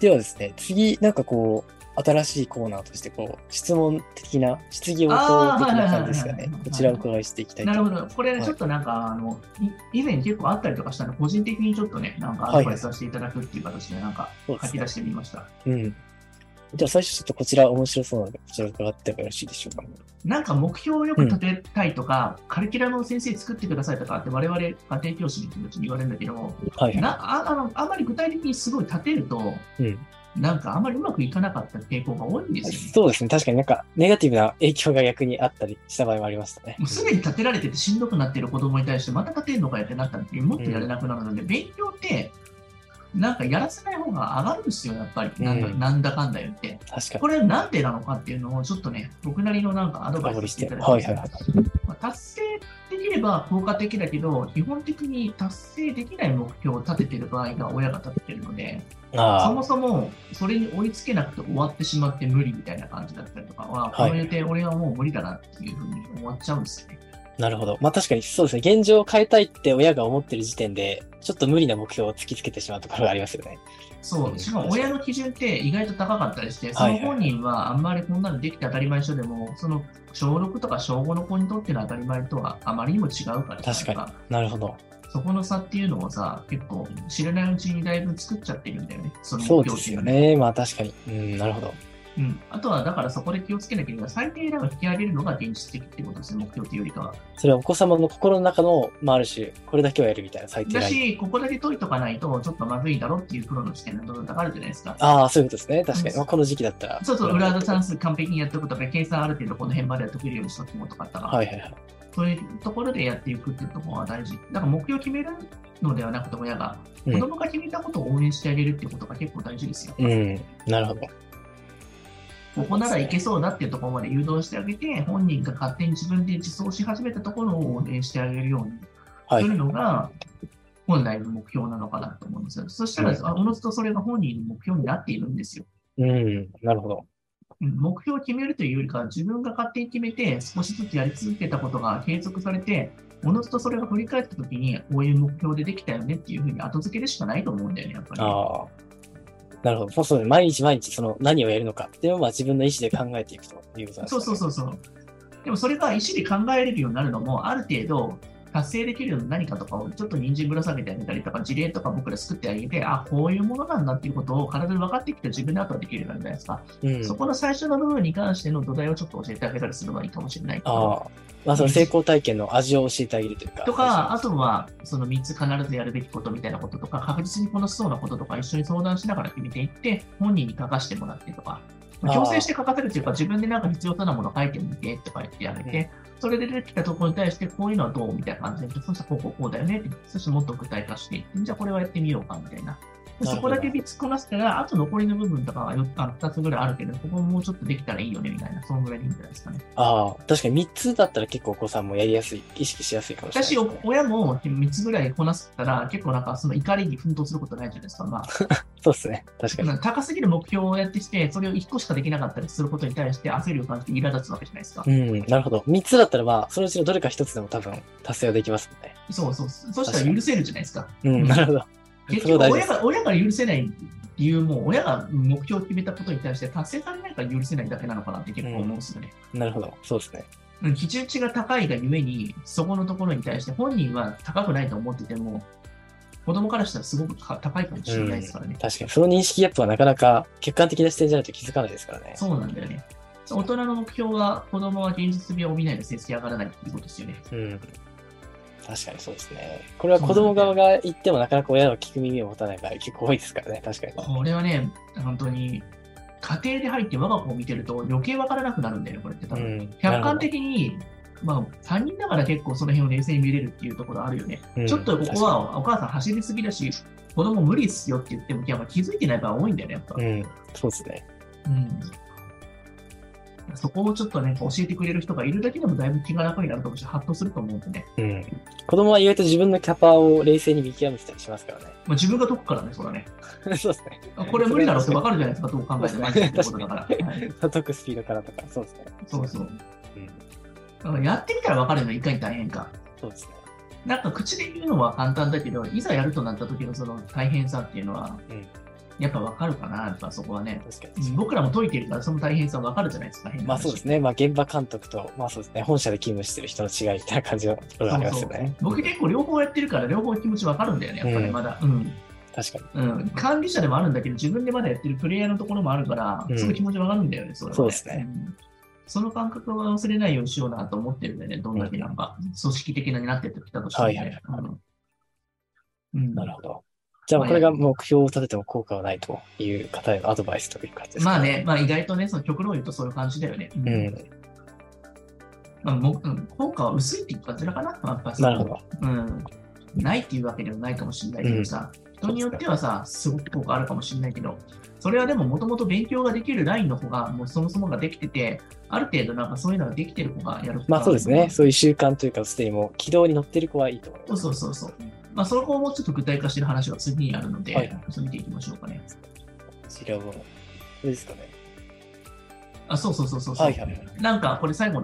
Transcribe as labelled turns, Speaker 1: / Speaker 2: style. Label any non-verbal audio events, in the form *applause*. Speaker 1: ではですね、次、なんかこう、新しいコーナーとして、こう、質問的な、質疑応答的な感じですか
Speaker 2: あーはいはいはいは
Speaker 1: ね
Speaker 2: い。
Speaker 1: こちらをお伺いしていきたいと
Speaker 2: なる
Speaker 1: 思
Speaker 2: ほ
Speaker 1: い
Speaker 2: ど
Speaker 1: ま。す。
Speaker 2: これちょっとなんか、あの、い以前結構あったりとかしたので、個人的にちょっとね、なんかアドバイスさせていただくっていう形で、なんか
Speaker 1: そう
Speaker 2: 書
Speaker 1: です
Speaker 2: き
Speaker 1: ね
Speaker 2: 出。してみました。
Speaker 1: うん。じゃあ最初ちょっとこちら面白そうなので、こちら伺ってもよろしいでしょうか。
Speaker 2: なんか目標をよく立てたいとか、カリキュラムを先生作ってくださいとかって、我々家庭教師の人たちに言われるんだけども、
Speaker 1: はいはい。
Speaker 2: なああのあんまり具体的にすごい立てると、
Speaker 1: うん
Speaker 2: なんかあんまりうまくいかなかった傾向が多いんですよ、ね。
Speaker 1: そうですね。確かになんか、ネガティブな影響が逆にあったりした場合もありましたね
Speaker 2: も。うすでに立てられててしんどくなってる子供に対してまた立てるのかやってなった時にもっとやれなくなるので、勉強ってなんかやらせない方が上がるんですよ、やっぱり。なんだ,、
Speaker 1: うん
Speaker 2: なんだかんだ言って。
Speaker 1: 確かに。
Speaker 2: これなんでなのかっていうのをちょっとね、僕なりのなんかアドバ
Speaker 1: 深
Speaker 2: イ
Speaker 1: 掘
Speaker 2: ス
Speaker 1: り
Speaker 2: し
Speaker 1: して
Speaker 2: い
Speaker 1: て。
Speaker 2: ただき
Speaker 1: は
Speaker 2: ま
Speaker 1: い
Speaker 2: す
Speaker 1: はいはい。
Speaker 2: まあ達成できれば効果的だけど、基本的に達成できない目標を立ててる場合が親が立ててるので、そ
Speaker 1: あ
Speaker 2: もそもそれに追いつけなくて終わってしまって無理みたいな感じだったりとかは、
Speaker 1: はい
Speaker 2: この予定、俺はもう無理だなっていうふうに終わっちゃうんですよね。
Speaker 1: あ、なるほど。まあ確かにそうですね。現状を変えたいって親が思ってる時点で、ちょっと無理な目標を突きつけてしまうところがありますよね。
Speaker 2: そうう、
Speaker 1: ん
Speaker 2: しかも親の基準って意外と高かったりして、そ
Speaker 1: はいは
Speaker 2: の
Speaker 1: い
Speaker 2: 本人はあんまりこんなのできて当たり前でしょでも、その小6とか小5の子にとっての当たり前とはあまりにも違うから、
Speaker 1: 確かになるほど。
Speaker 2: そこの差っていうのをさ、結構知らないうちにだいぶ作っちゃってるんだよね、その
Speaker 1: そう
Speaker 2: 目標っ
Speaker 1: で
Speaker 2: て
Speaker 1: す
Speaker 2: いう
Speaker 1: よ
Speaker 2: のは。
Speaker 1: ね。まあ確かに。うん、なるほど。
Speaker 2: うん、あとは、だからそこで気をつけなければ、最低ラインを引き上げるのが現実的ってことですね、目標というよりかは。
Speaker 1: それはお子様の心の中の、まあある種、これだけはやるみたいな最低
Speaker 2: だ
Speaker 1: ライン。
Speaker 2: し、ここだけ解いとかないと、ちょっとまずいだろっていうプロの視点の部分があるじゃないですか。
Speaker 1: ああ、そういうことですね。確か
Speaker 2: う
Speaker 1: に。
Speaker 2: ん
Speaker 1: まあこの時期だったら。
Speaker 2: そうそう、裏技算数完璧にやっとくとか、計算ある程度この辺までは解けるようにしとくとかあったら、
Speaker 1: はいはいはい。
Speaker 2: そういうところでやっていくっていうところは大事。だから目標を決めるのではなくて、親が、
Speaker 1: うん
Speaker 2: 子供が決めたことを応援してあげるっていうことが結構大事ですよ。
Speaker 1: うん、なるほど。
Speaker 2: ここならいけそうだっていうところまで誘導してあげて、本人が勝手に自分で実装し始めたところを応援してあげるように
Speaker 1: は
Speaker 2: す
Speaker 1: い。
Speaker 2: るのが、本来の目標なのかなと思うんですよ。そした
Speaker 1: う
Speaker 2: ら、
Speaker 1: ん
Speaker 2: あおのずとそれが本人の目標になっているんですよ。
Speaker 1: うん、なるほど。
Speaker 2: うん目標を決めるというよりかは、自分が勝手に決めて、少しずつやり続けたことが継続されて、おのずとそれが振り返ったときに、こういう目標でできたよねっていうふうに後付けでしかないと思うんだよね、やっぱり。
Speaker 1: ああ。なるほど。そうそうね。毎日毎日、その何をやるのかっていうのはまあ自分の意思で考えていくということなんですね。
Speaker 2: そうそうそうそう。でもそれが石で考えれるようになるのも、ある程度達成できるような何かとかをちょっと人参ぶら下げてあげたりとか、事例とか僕ら作ってあげて、あ、こういうものなんだっていうことを体で分かってきて自分で後はできるようになるじゃないですか。
Speaker 1: う。ん
Speaker 2: そ。この最初の部分に関しての土台をちょっと教えてあげたりすればいいかもしれない。
Speaker 1: ああ。まあその成功体験の味を教えてあげるというか。
Speaker 2: とか、あとは、その3つ必ずやるべきことみたいなこととか、確実にこなしそうなこととか、一緒に相談しながら決めていって、本人に書かせてもらってとか、
Speaker 1: あー
Speaker 2: 強制して書かせるというか、自分でなんか必要そうなもの書いてみてとか言ってやめて、それで出てきたところに対して、こういうのはどうみたいな感じで、そしたらこうこうこうだよねって、そしてもっと具体化していって、じゃあこれはやってみようかみたいな。で
Speaker 1: な
Speaker 2: そ
Speaker 1: るほ
Speaker 2: こ
Speaker 1: ど
Speaker 2: だけ見つこなせたら、あと残りの部分とかはよあの2つぐらいあるけど、ここもうちょっとできたらいいよねみたいな、そんぐらいでいいんじゃないですかね。
Speaker 1: ああ。確かに3つだったら結構お子さんもやりやすい、意識しやすいかもしれ
Speaker 2: だ
Speaker 1: ないで
Speaker 2: し
Speaker 1: すね、、
Speaker 2: 親も3つぐらいこなせたら、結構なんかその怒りに奮闘することないじゃないですか。
Speaker 1: *laughs*
Speaker 2: まあ、
Speaker 1: そうですね。確かに。
Speaker 2: 高すぎる目標をやってきて、それを1個しかできなかったりすることに対して焦りを感じて苛立つわけじゃないですか。
Speaker 1: うん、なるほど。3つだったらまあ、そのうちのどれか1つでも多分達成はできますので。
Speaker 2: そうそう。そしたら許せるじゃないですか。
Speaker 1: うん、なるほど。
Speaker 2: 結
Speaker 1: それは
Speaker 2: 局
Speaker 1: 大事で
Speaker 2: 親
Speaker 1: す
Speaker 2: が、親が許せない理由も、親が目標を決めたことに対して達成されないから許せないだけなのかなって結構思うんですよね。
Speaker 1: なるほど。そうですね。
Speaker 2: うん基準値が高いがゆえに、そこのところに対して本人は高くないと思ってても、子供からしたらすごく高いかもしれないですからね。
Speaker 1: 確かに、その認識ギャップはなかなか客観的な視点じゃないと気づかないですからね。
Speaker 2: そうなんだよね。大人の目標は子供は現実味を帯びないで成績上がらないっていうことですよね。
Speaker 1: うん。確かにそうですね。これは子供側が言ってもなかなか親は聞く耳を持たない場合結構多いですからね。確かに。
Speaker 2: これはね、本当に家庭で入って我が子を見てると余計わからなくなるんだよね、これって多
Speaker 1: う
Speaker 2: 分。
Speaker 1: ん。
Speaker 2: 客観的に、まあ、他人だから結構その辺を冷静に見れるっていうところあるよね。
Speaker 1: うん
Speaker 2: ちょっとここはお母さん走りすぎだし、子供無理っすよって言っても、やっぱ気づいてない場合多いんだよね、やっぱ。
Speaker 1: 確かにうん。そうですね。
Speaker 2: うんそこをちょっとね、教えてくれる人がいるだけでもだいぶ気が楽になると思うし、ハッとすると思うんでね。
Speaker 1: うん。子供は意外と自分のキャパを冷静に見極めてたりしますからね。
Speaker 2: まあ、自分が解くからね、そうだね。
Speaker 1: そうですね。 *laughs*
Speaker 2: あこれ無理だろうって分かるじゃないですか、どう考えても。
Speaker 1: 確かに
Speaker 2: ってことだから。はい
Speaker 1: 解くスピードからとか。そうですね。
Speaker 2: そうそう。
Speaker 1: うん。
Speaker 2: だからやってみたら分かるの、いかに大変か。
Speaker 1: そうですね。
Speaker 2: なんか口で言うのは簡単だけど、いざやるとなった時のその大変さっていうのは、
Speaker 1: うん
Speaker 2: やっぱ分かるかな、やっぱそこはね。
Speaker 1: 確かに
Speaker 2: うん僕らも解いてるから、その大変さ分かるじゃないですか、変な
Speaker 1: まあ
Speaker 2: 話
Speaker 1: そうですね、まあ、現場監督と、まあそうですね、本社で勤務してる人の違いみたいな感じのところがありますよね。
Speaker 2: 僕結構両方やってるから、両方気持ち分かるんだよね、やっぱり
Speaker 1: うん
Speaker 2: まだ。うん。
Speaker 1: 確かに。
Speaker 2: うん。管理者でもあるんだけど、自分でまだやってるプレイヤーのところもあるから、
Speaker 1: うん
Speaker 2: その気持ち分かるんだよね、それは
Speaker 1: そうですね
Speaker 2: うんその感覚は忘れないようにしようなと思ってるんだよね、どんだけなんか、組織的なになってきたとしてもね。
Speaker 1: はいはいはい
Speaker 2: うんうん
Speaker 1: なるほど。じゃあ、これが目標を立てても効果はないという方へのアドバイスという感じですか、
Speaker 2: まあ。ね、まあ、意外とね、その極論言うとそういう感じだよね。う
Speaker 1: うん。
Speaker 2: まあ、もううん効果は薄いっていう感じだかな、やっぱその
Speaker 1: なるほど。
Speaker 2: うん。ないっていうわけでもないかもしれないけどさ、人によってはさ、すごく効果あるかもしれないけど、それはでももともと勉強ができるラインの方が、もうそもそもができてて、ある程度なんかそういうのができてる子がやる方が
Speaker 1: まあそうですね、そういう習慣というか、すでにもう軌道に乗ってる子はいいと思い
Speaker 2: そう
Speaker 1: ます。
Speaker 2: そうそうそう。まあ、そこをもうちょっと具体化してる話は次にあるので、
Speaker 1: はい
Speaker 2: それ見ていきましょうかね。
Speaker 1: 治療も。これですかね。
Speaker 2: あ、そうそうそうそうそう。
Speaker 1: はいはいはい。
Speaker 2: なんかこれ最後の